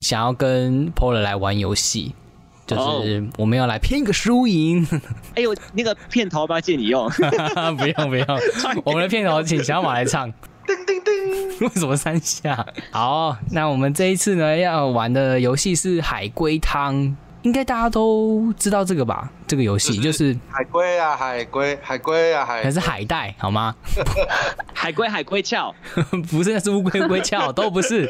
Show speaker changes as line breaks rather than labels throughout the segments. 想要跟 Polar 来玩游戏，就是
哦
我们要来拼个输赢。
哎呦，那个片头要不要借你用？
不用不 用，我们的片头请小马来唱。
叮叮叮！
为什么三下？好，那我们这一次呢要玩的游戏是海龟汤，应该大家都知道这个吧？这个游戏就是
嗯海龟啊，海龟，海龟啊，海
还是海带好吗？
海龟海龟壳，
不是，那是乌龟龟壳，都不 是。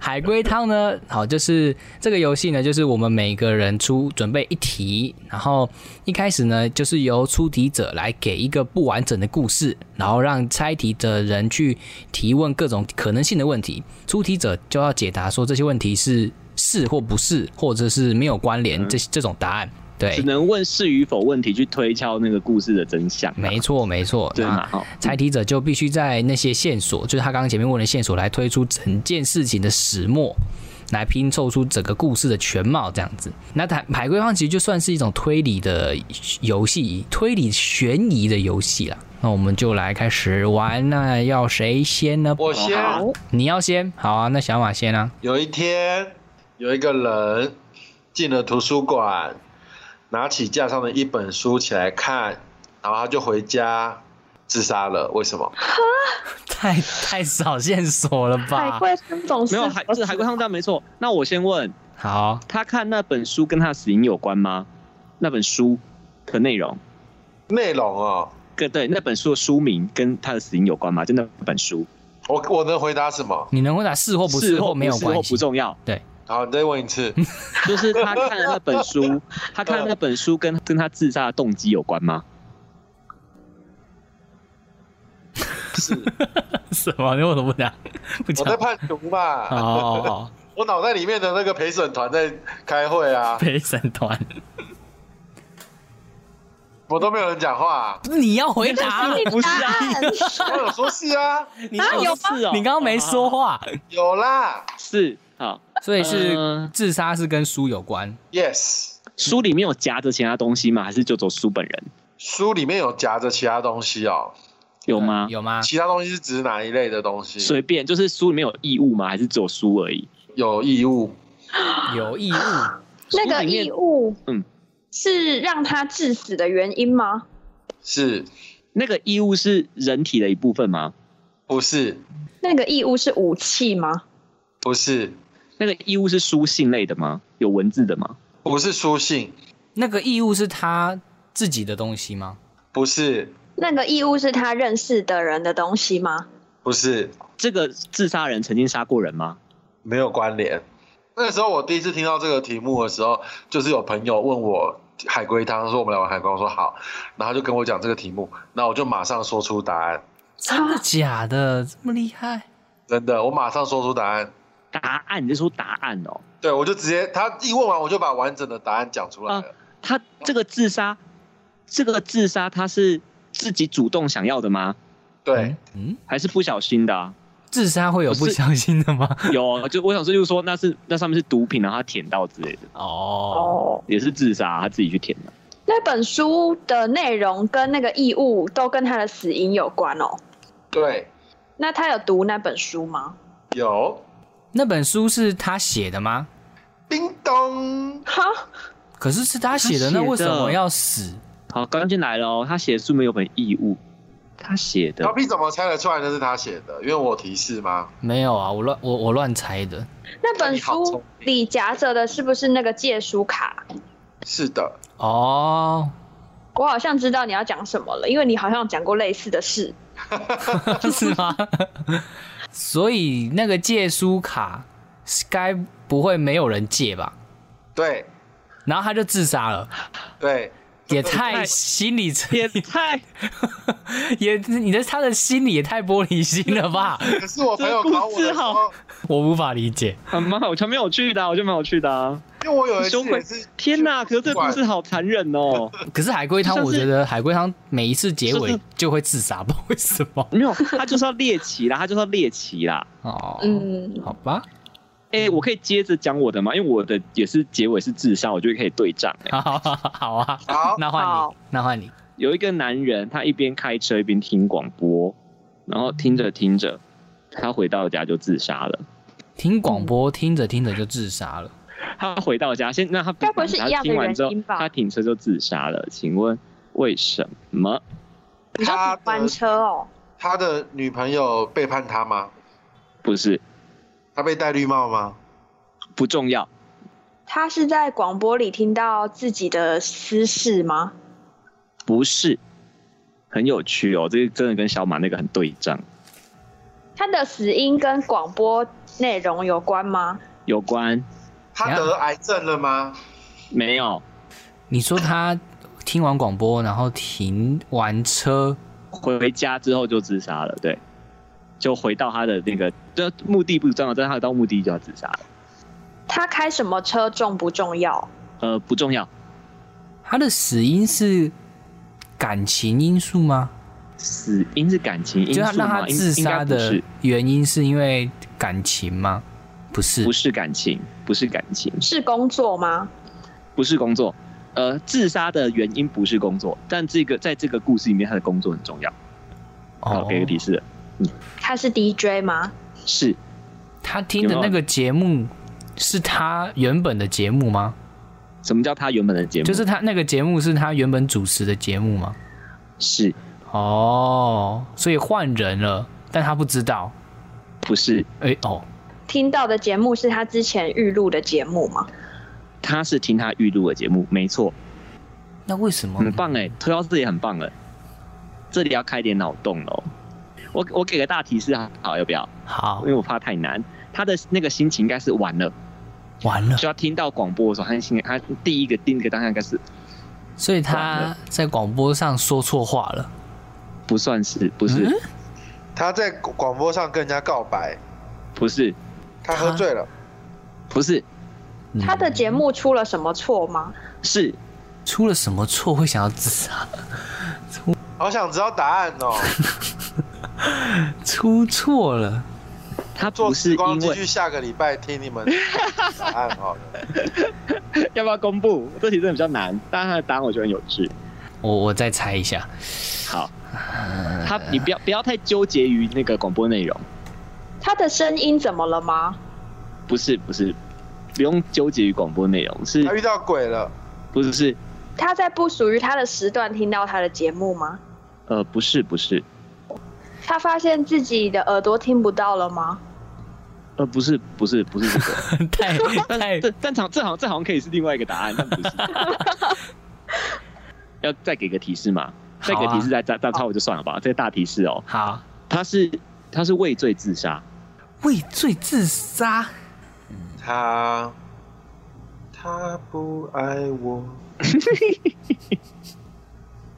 海龟汤呢？好，就是这个游戏呢，就是我们每个人出准备一题，然后一开始呢，就是由出题者来给一个不完整的故事，然后让猜题的人去提问各种可能性的问题，出题者就要解答说这些问题是是或不是，或者是没有关联这这种答案。对
只，能问是与否问题去推敲那个故事的真相啊。
没错，啊没错。
对
那
嘛？哦好，
猜题者就必须在那些线索，就是他刚刚前面问的线索，来推出整件事情的始末，来拼凑出整个故事的全貌，这样子。那海海龟汤其实就算是一种推理的游戏，推理悬疑的游戏啦。那我们就来开始玩，那要谁先呢？
我先
哦好
你要先，好啊，那小马先啊。
有一天，有一个人进了图书馆，拿起架上的一本书起来看，然后他就回家自杀了。为什么？
太太少线索了
海
吧？
龟汤总是
没有海是海龟汤，但没错。那我先问，
好，
他看那本书跟他的死因有关吗？那本书的内容，
内容哦，
跟对那本书的书名跟他的死因有关吗？就那本书，
我我能回答什么？
你能回答是或哦不
是
是或没有
不是
关
或
系
不？重要，
好，你再问一次。
就是他看的那 本书，他看的那本书跟跟他自杀的动机有关吗？
是
什么？你为什么不讲？不
我
讲
在？判读
哦
嘛，
哦 哦，
我脑袋里面的那个陪审团在开会啊，
陪审团。
我都没有人讲话、
你要回答，
不是啊，
我有说是啊，
你
啊有吗
是哦，
你刚刚没说
啊，
话，
有啦
是好，
所以是
嗯
自杀是跟书有关。
，yes，
书里面有夹着其他东西吗？还是就走书本人
书里面有夹着其他东西哦，
有吗？
呃有 吗？
其他东西是指哪一类的东西？
随便，就是书里面有义务吗？还是只有书而已？
有义务，
有义务，
那
书
个
里面
义务，
嗯
是让他致死的原因吗？
是
那个义务是人体的一部分吗？
不是？
那个义务是武器吗？
不是，
那个义务是书信类的吗？有文字的吗？
不是书信，
那个义务是他自己的东西吗？
不是，
那个义务是他认识的人的东西吗？
不是，
这个自杀人曾经杀过人吗？
没有关联。那时候我第一次听到这个题目的时候，就是有朋友问我海龟汤，说我们来玩海龟，我说好，然后他就跟我讲这个题目，那我就马上说出答案，
真的假的？这么厉害？
真的，我马上说出答案。
答案，你在说答案哦。
对，我就直接他一问完，我就把完整的答案讲出来了。
他这个自杀，这个自杀他是自己主动想要的吗？
对，
嗯，嗯，
还是不小心的、啊？
自杀会有不小心的 吗？
有，就我想说，就是说那是那上面是毒品，然后他舔到之类的，
哦，
哦，
也是自杀、他自己去舔的。
那本书的内容跟那个义务都跟他的死因有关哦。
对，
那他有读那本书吗？
有，
那本书是他写的吗？
叮咚，
哈，
可是是他写的，那为什么要死？
好，关键来了哦，他写的书没有本义务，他写的
小 P 怎么猜得出来那是他写的？因为我有提示吗？
没有啊，我乱我我乱猜的。
那本
你好聪
书
明
里夹着的是不是那个借书卡？
是的，
哦，
我好像知道你要讲什么了，因为你好像有讲过类似的事。
是吗？所以那个借书卡是该不会没有人借吧？
对
然后他就自杀了，
对，
也太心理层，
也太
也你的他的心理也太玻璃心了 吧？
可是我朋友考我
这个故事
的时候
好，
我无法理解。
很蛮好，我觉得蛮有趣的啊、我觉得蛮有趣的 啊。
因为我有一次
羞愧
也是，
天哪，可是这故事好残忍哦。
可是海龟汤，
就像
我
是
觉得海龟汤每一次结
就
尾
是
就会自杀，不知道 为什么。
没有，他就是要猎奇啦，他就是要猎奇啦。
哦，
嗯，
好吧，
哎、我可以接着讲我的吗？因为我的也是结尾是自杀，我觉得可以对仗、欸。
好好好好啊，
好，
那换你
好，
那换你。
有一个男人，他一边开车一边听广播，然后听着听着，他回到家就自杀了。
听广
嗯
播听着听着就自杀了。
他回到家，先那他
该不会是一
他
样的
听完之后
原因，吧
他停车就自杀了。请问为什么？
你说
他
补班
的
车哦，
他的女朋友背叛他吗？
不是
他被戴绿帽吗？
不重要，
他是在广播里听到自己的私事吗？
不是很有趣哦。这个真的跟小马那个很对仗，
他的死因跟广播内容有关吗？
有关
他得癌症了吗？
没有？
你说他听完广播，然后停完车，
回家之后就自杀了，对，就回到他的那个，这目的不重要，但是他到目的就要自杀了，
他开什么车重不重要？
呃，不重要，
他的死因是感情因素吗？
死因是感情因
就他
素
让
吗？
他
应
自
应该
杀
不
的
是
原因是因为感情吗？不是
不，是感情，不是感情，
是工作吗？
不是工作。呃，自杀的原因不是工作，但这个在这个故事里面，他的工作很重要。
哦
好，给个提示了，
他是 DJ 吗？
是
他听的那个节目是他原本的节目吗？
嗯什么叫他原本的节目？
就是他那个节目是他原本主持的节目吗？
是
哦，所以换人了，但他不知道。
不是？
哎、哦，
听到的节目是他之前预录的节目吗？
他是听他预录的节目，没错，
那为什么？
很棒哎、推到这里很棒了。欸这里要开点脑洞喽。我我给个大提示好，好要不要？
好
因，为我怕太难。他的那个心情应该是完了，
完了。
就要听到广播的时候，他的心他第一个第一个当下应该是
所以
完
他
了
在广播上说错话了。
不算是不是、
嗯
他在广播上跟人家告白，
不是
他喝醉了，
不是
嗯
嗯
他的节目出了什么错吗？
是
出了什么错会想要自杀？
啊
好想知道答案 哦。
出错了，
他不
坐
是
时光
因
机
为
去下个礼拜听你们答案好了。
要不要公布？这题真的比较难，但他的答案我觉得很有趣。
我我再猜一下。
好，他你不要不要太纠结于那个广播内容，
他的声音怎么了吗？
不是不是，不用纠结于广播内容，是
他遇到鬼了，
不是是
他在不属于他的时段听到他的节目吗？
呃不是不是
他发现自己的耳朵听不到了吗？
呃不是不是不是 这个，
太太
这但好这好这好像可以是另外一个答案，但不 是。要再给个提示嘛？再给
好啊
提示再再再超我就算了吧，这个大提示哦，
好，
他是他是畏罪自杀，
畏罪自杀。
他他不爱我，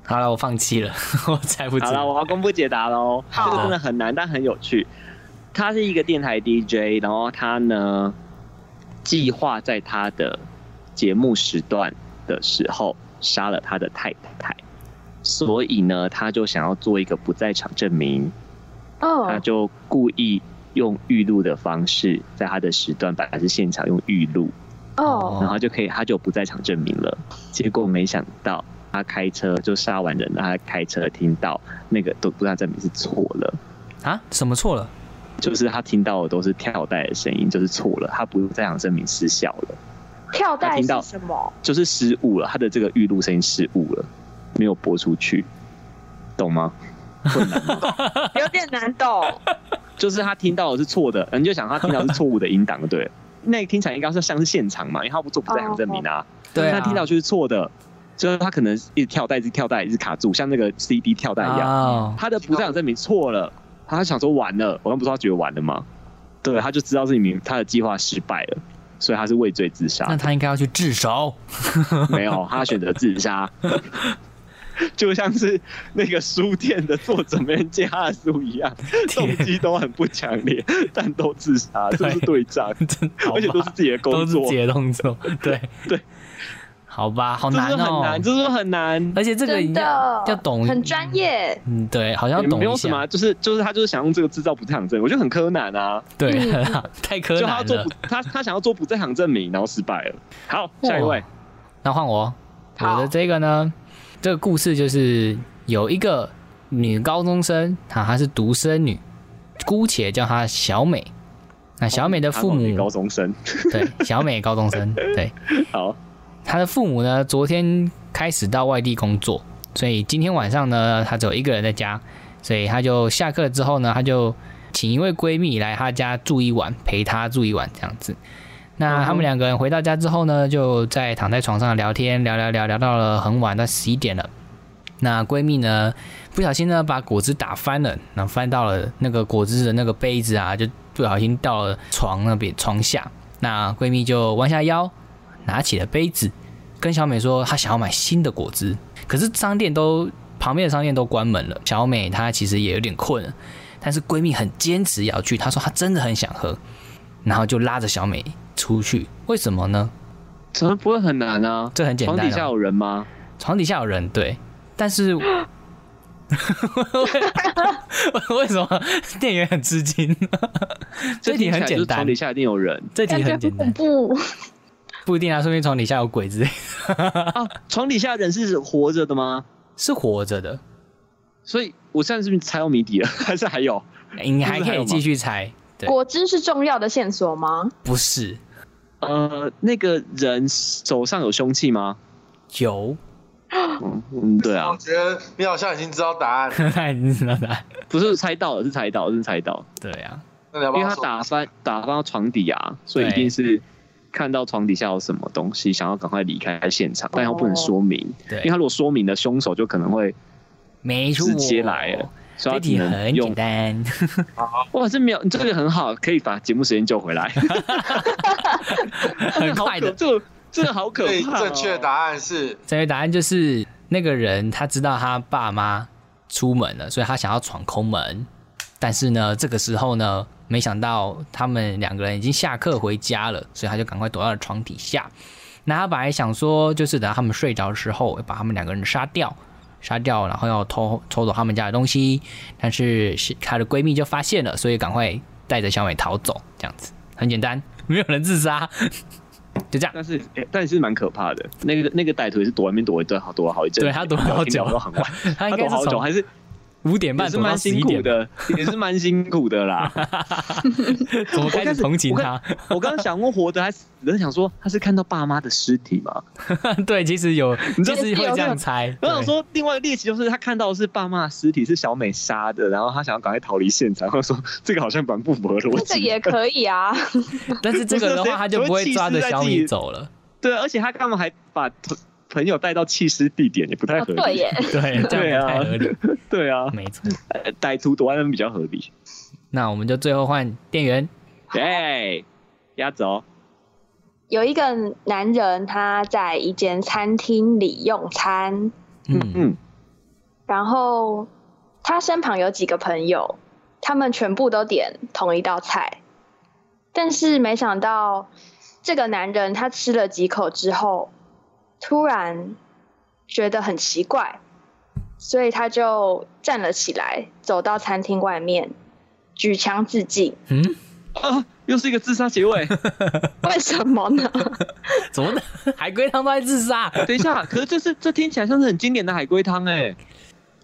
好了，我放弃了， 我猜不出
好了，我要公布解答喽。
好
这个真的很难，但很有趣。他是一个电台 DJ，然后他呢，计划在他的节目时段的时候杀了他的太太，所以呢，他就想要做一个不在场证明，他
嗯，
就故意用预录的方式，在他的时段本来是现场用预录，
哦
哦，
然后就可以他就有不在场证明了。结果没想到他开车就杀完人了，他开车听到那个都不在场证明是错了，
啊，什么错了？
就是他听到的都是跳带的声音，就是错了，他不在场证明失效了，
跳
他
带
听到
是什么？
就是失误了，他的这个预录声音失误了，没有播出去，懂吗？
有点难懂。
就是他听到的是错的，你就想他听到的是错误的音档，对了。 那个听起来应该是像是现场嘛，因为他不做不在场证明啊。
对啊
他听到就是错的，就是他可能一直跳带，一直跳带，一直卡住，像那个 CD 跳带一样。
哦，
他的不在场证明错了，他想说完了，我刚不是说他觉得完了吗？对，他就知道自己明他的计划失败了，所以他是畏罪自杀
那。他应该要去自首。
没有，他选择自杀， 就像是那个书店的作者没人借他的书 一样，动机都很不强烈，但都自杀，这是对仗，
真 好吧
而且都是自己的工
都是
作
自，己的动 作，对
对，
好吧，好
这
难
是很
哦、
难，这是很难。
而且这个
真的
要要懂，
很专，业。
嗯，对，好像
也
要懂
没
一
有什么啊、
下，
就是就是他就是想用这个制造不在场证明，我觉得很柯南啊，
对
嗯，
太柯
就他要
难
做
了
不。他他想要做不在场证明，然后失败了。好，下一位
哇，那换我，
好
我的这个呢，这个故事就是有一个女高中生，啊，她是独生女，姑且叫她小美。那小美的
他
父
某个
母
哦高中生，
对小美高中生，对
好，
她的父母呢，昨天开始到外地工作，所以今天晚上呢，她只有一个人在家，所以她就下课之后呢，她就请一位闺蜜来她家住一晚，陪她住一晚这样子。那他们两个人回到家之后呢，就在躺在床上聊天，聊聊聊聊到了很晚，到十一点了。那闺蜜呢，不小心呢把果汁打翻了，然后翻到了那个果汁的那个杯子啊，就不小心到了床那边床下。那闺蜜就弯下腰，拿起了杯子，跟小美说她想要买新的果汁，可是商店都旁边的商店都关门了。小美她其实也有点困了，但是闺蜜很坚持要去，她说她真的很想喝，然后就拉着小美出去。为什么呢？
怎么不会很难啊？
这很简单、
床
啊，
底下有人吗？
床底下有人，对，但是 为。为什么店员很吃惊？这题
听起
很
来就
简
是
单
床底，下一定有 人
这题
感觉
很
很
简
恐
单，
怖。
不一定啊，说明床底下有鬼之类，
啊！床底下的人是活着的吗？
是活着的，
所以我现在是不是猜到谜底了？ 还是还有？
你还可
还有
以
吗
继续猜。对，
果汁是重要的线索吗？
不是
呃，那个人手上有凶器吗？
有，
嗯嗯，对啊
我，觉得你好像已经知道答案，
那 你知道答案？
不是猜到了，是猜到，是猜到，
对啊，
那你要
因
不
为
要
他
说？
打翻打翻到床底啊，所以一定是看到床底下有什么东西，想要赶快离开现场，但他不能
哦
说明，因为
对啊
他，如果说明了，凶手就可能会，
没错，
直接来了所
这
以他只
题
能
很简
用。
单，
哇，这秒你这个很好，可以把节目时间救回来，
很 快的
好可。 这个这个好可
所以
怕、哦。
正确答案是
正确答案就是那个人他知道他爸妈出门了，所以他想要闯空门。但是呢，这个时候呢，没想到他们两个人已经下课回家了，所以他就赶快躲到了床底下。那他本来想说，就是等到他们睡着的时候，把他们两个人杀掉，杀掉，然后要偷偷走他们家的东西。但是是她的闺蜜就发现了，所以赶快带着小美逃走，这样子很简单，没有人自杀， 就这样。
但是、欸但是蛮可怕的。那个那个歹徒也是躲外面躲一段，好躲了好一阵，
对他躲了好久
聊天聊到很晚，
他应该
他躲
是
好久，
从
还是
五点
也
半
是
躲到
蛮
十
辛
一点
苦
吧
的， 也是蛮辛苦的啦。
怎么开始同情他？
我刚刚想问活的还是死的，想说他是看到爸妈的尸体吗？
对，其实有，其
你知道
实会这样猜。
我想
对，
说，另外一个猎奇就是他看到的是爸妈的尸体，是小美杀的，然后他想要赶快逃离现场。 他说这个好像蛮不符合逻
这个
辑。
也可以啊，
但是这个的
不是
话，
谁
他就不会抓着小米走了。
对，而且他干嘛还把朋朋友带到弃尸地点，也不太
哦
合
对
理。
耶，
对，这
对啊
样不太合理。
对啊，
没错。
呃歹徒躲在那边比较合理。
那我们就最后换店员，
哦
哎，鸭子哦，
有一个男人他在一间餐厅里用餐，
嗯，
嗯，
然后他身旁有几个朋友，他们全部都点同一道菜，但是没想到这个男人他吃了几口之后，突然觉得很奇怪，所以他就站了起来，走到餐厅外面，举枪自尽。
嗯，
啊，又是一个自杀结 尾。
为什么呢？
怎么的？ 海龟汤都在自杀？
等一下，可是这是这听起来像是很经典的海龟汤哎。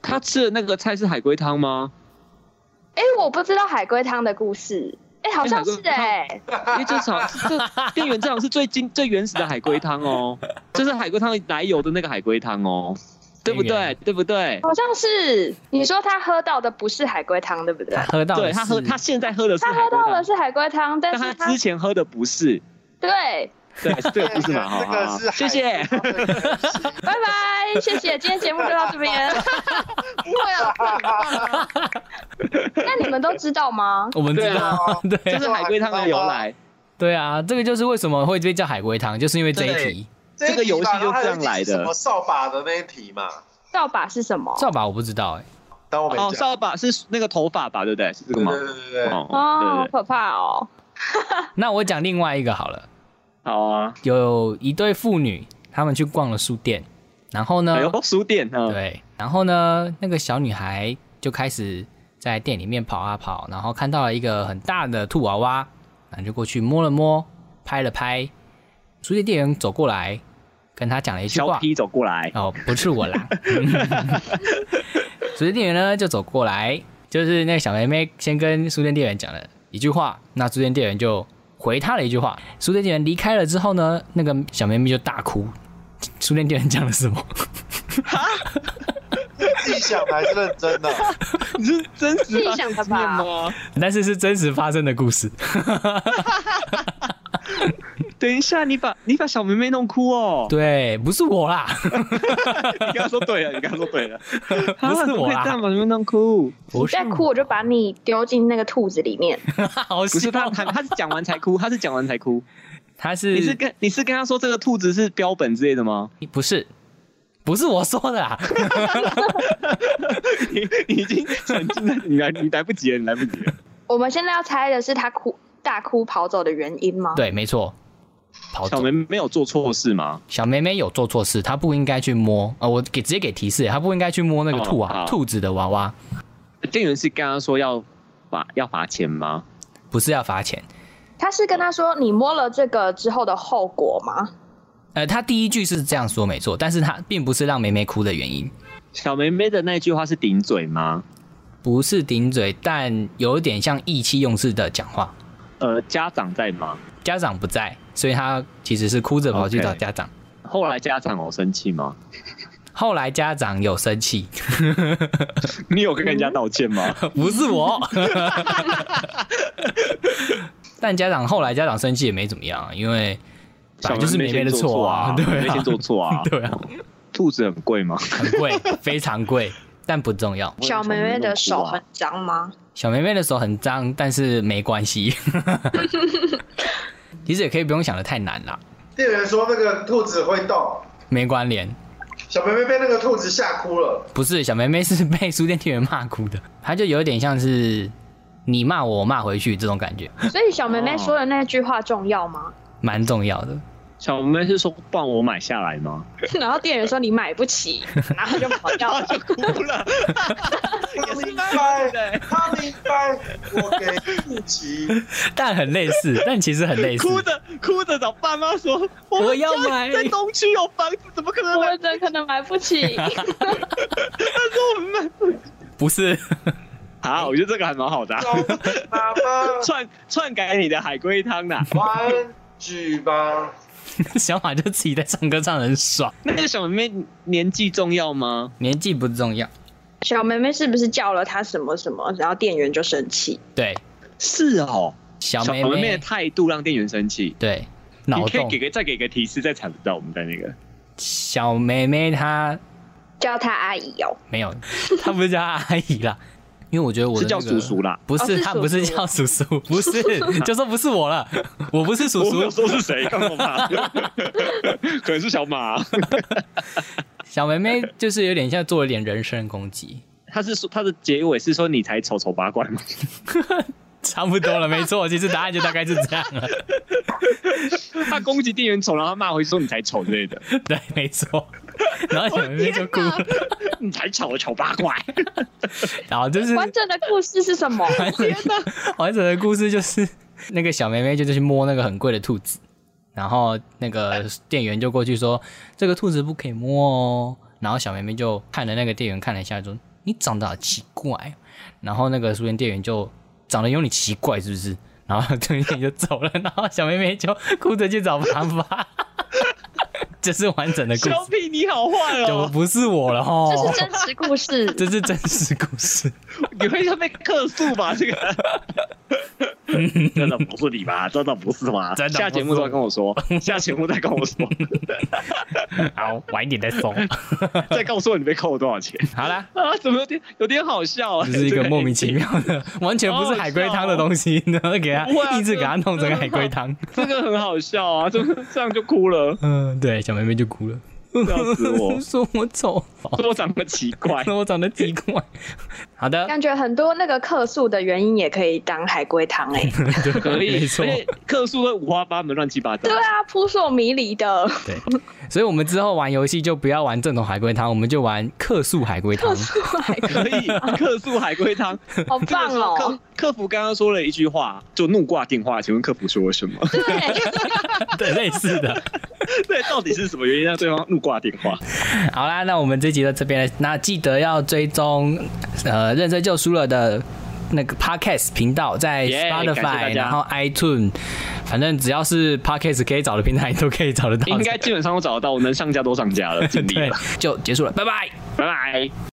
他吃的那个菜是海龟汤吗？
哎、我不知道海龟汤的故事。哎、好像是哎、
因为这场这店员这场是最经最原始的海龟汤哦，这是海龟汤来由的那个海龟汤哦，对不
店
对
员？
对不对？
好像是。你说他喝到的不是海龟汤，对不对
他？喝到的
对他喝
是
他现在喝的是
他
海龟
喝到的
汤，
是海龟汤，但
但
是
他
他
之前喝的不是，
对，
对，是 这个故事嘛，
这
好啊
个
好，
是
好
海
谢谢。
拜拜，谢谢，今天节目就到这边。不会啊，那你们都知道吗？
我们知
对啊
道， 对
这是海龟汤的由来，
对啊，这个就是为什么会被叫海龟汤，就是因为这一题。
这
这个游戏就这样来的
什么扫把的那一题嘛？
扫把是什么？
扫把我不知道哎，
当我没
哦，
讲。
扫把是那个头发吧，对不对？是这个
对
吗
对？对对对，
哦，
哦，
对
好
对对，
可怕哦！
那我讲另外一个好了，
好啊，
有一对父女，他们去逛了书店，然后呢
哎，呦，书店啊，
嗯对，然后呢，那个小女孩就开始在店里面跑啊跑，然后看到了一个很大的兔娃娃，然后就过去摸了摸，拍了拍。书店店员走过来，跟她讲了一句
小
话
P 走过来：“，
哦，不是我 啦。”书店店员呢就走过来，就是那个小妹妹先跟书店店员讲了一句话，那书店店员就回他了一句话。书店店员离开了之后呢，那个小妹妹就大哭。书店店员讲了什么？
自己想的还是认真的。
你是真实
自己
发
想的
生的
吧
吗？
但是是真实发生的故事。
等一下，你把你把小妹妹弄哭哦。
对，不是我啦，
你刚刚说对了，你刚刚说对了，
不是我啊
会这
啦
样，把妹妹弄哭？
不
你
是
再哭我就把你丢进那个兔子里 面。
好
不是
笑
他，他他是讲完才哭，他是讲完才哭。
他
你
是
是跟你是跟他说这个兔子是标本之类 的吗？
不是不是我说的啊 啦？
你你已经沉浸在你来你来不及了，你来不及了。
我们现在要猜的是他哭大哭跑走的原因吗？，
对，没错，跑
小
走。
梅没有做错事吗？
小妹妹有做错事，她不应该去摸。呃，我给直接给提示，她不应该去摸那个兔
哦
啊，
好
兔子的娃娃，
店员是跟他说要罚要罚钱吗？
不是要罚钱。
他是跟他说你摸了这个之后的后果吗？
呃，她第一句是这样说没错，但是她并不是让妹妹哭的原因，
小梅梅的那句话是顶嘴吗？
不是顶嘴，但有点像意气用事的讲话。
呃，家长在吗？
家长不在，所以她其实是哭着跑去找
OK
家长。
后来家长有生气吗？
后来家长有生气，
你有跟人家道歉 吗？
不是我。但家长后来家长生气也没怎么样，啊因为本
小
来就是
梅
妹妹
先
的
做
错
啊，
对
梅
啊。
先，做错啊
对啊，
兔子很贵吗？
很贵，非常贵，但不重要。
我也
小
想
妹妹的手
弄哭啊
很脏吗？
小妹妹的手很脏，但是没关 系。其实也可以不用想的太难啦，
店员说那个兔子会动，
没关联。
小妹妹被那个兔子吓哭了。
不是小妹妹是被书店店员骂哭的，她就有点像是你骂我，我骂回去这种感觉，
所以小妹
哦
妹说的那句话重要吗？
蛮重要的。
小妹妹是说帮我买下来吗？
然后店员说你买不起，然后就跑 掉了。
哭了，
他明白，他明白，我给兔子。
但很类似，但其实很类似。
着 哭着找爸妈说
我要买
东区有房子，怎么可能
我们怎可能买不起？
说我们买不起？
不是，
好，我觉得这个还蛮好 的啊、
走爸爸
篡篡改你的海龟汤呐、
玩具吧。
小马就自己在唱歌唱得很爽，
那个小妹妹年纪重要吗？
年纪不重要。
小妹妹是不是叫了他什么什么，然后店员就生气？
对，
是哦，
小
小
妹
妹妹的态度让店员生气。
对
你
脑
可以
洞
给。个再给个提示，再查得到我们的那个。
小妹妹她
叫她阿姨哦，
没有， 她不是叫她阿姨啦，因为我觉得我的
是叫
那个
叔叔啦
不
哦
是，
是
她
叔
不是
叔
叫叔 叔，不是， 就说不是我了，我不是 叔
我没有
叔。
说是谁，干 嘛？可能是小马、啊
小妹妹就是有点像做了点人身攻击，
他是说他的结尾是说你才丑丑八怪吗？
差不多了，没 错，其实答案就大概是这样了。
他攻击店员丑，然后他骂回去说你才丑之类的，
对，没错。然后小妹妹就哭了，
你才丑丑八怪。
然后就是
完整的故事是什么？
完整的故事就是 那个小妹妹就是去摸那个很贵的兔子，然后那个店员就过去说这个兔子不可以摸哦，然后小妹妹就看了那个店员看了一下说你长得好奇怪，哦然后那个书店店员就长得有你奇怪是不是？然后店员就走了，然后小妹妹就哭着去找爸爸，这是完整的故
小
事，
品你好坏
就
哦，
不是我了 哦
这，是真实 故事。
这是真实故事。
你会被客 诉吧？这个真的不是你吧？真的不是吗？
真的不是
下节目再跟 我说，下节目再跟我说，
好，晚一点再送。
再告诉我你被扣了多 少钱
好啦。
啊？怎么有点有点好笑 啊？
这是一
这
个
个
莫名其妙 的，完全不是海龟汤的东西， 然后给他
不会啊
硬是给他弄成海龟汤。
这个很好笑啊，这这样就哭了，
嗯，对，小妹妹就哭了，，
笑死我 哎
说我丑，啊
说我长得奇 怪。
说我长得奇怪。好的，
感觉很多那个客诉的原因也可以当海龟汤哎、
对
可以，
没错
而，且客诉会五花八门、乱七八糟
对。啊，扑朔迷离的
对。所以我们之后玩游戏就不要玩正统海龟汤，我们就玩克数海龟汤
客。诉海龟，
可以， 客诉海龟汤，
好棒哦！
客客服刚刚说了一句话，就怒挂电话。请问客服说了什么？
对，
对，
类似的。
对，到底是什么原因让对方怒挂电话？
好啦，那我们这集到这边了，那记得要追踪呃认真救输了的那个 podcast 频道，在
Yeah，感谢大
Spotify，
家
然后 iTunes，反正只要是 podcast 可以找的平台，你都可以找得到。
应该基本上都找得到，我能上架都上架了，尽力
对
了，，
就结束了，拜拜。
拜拜。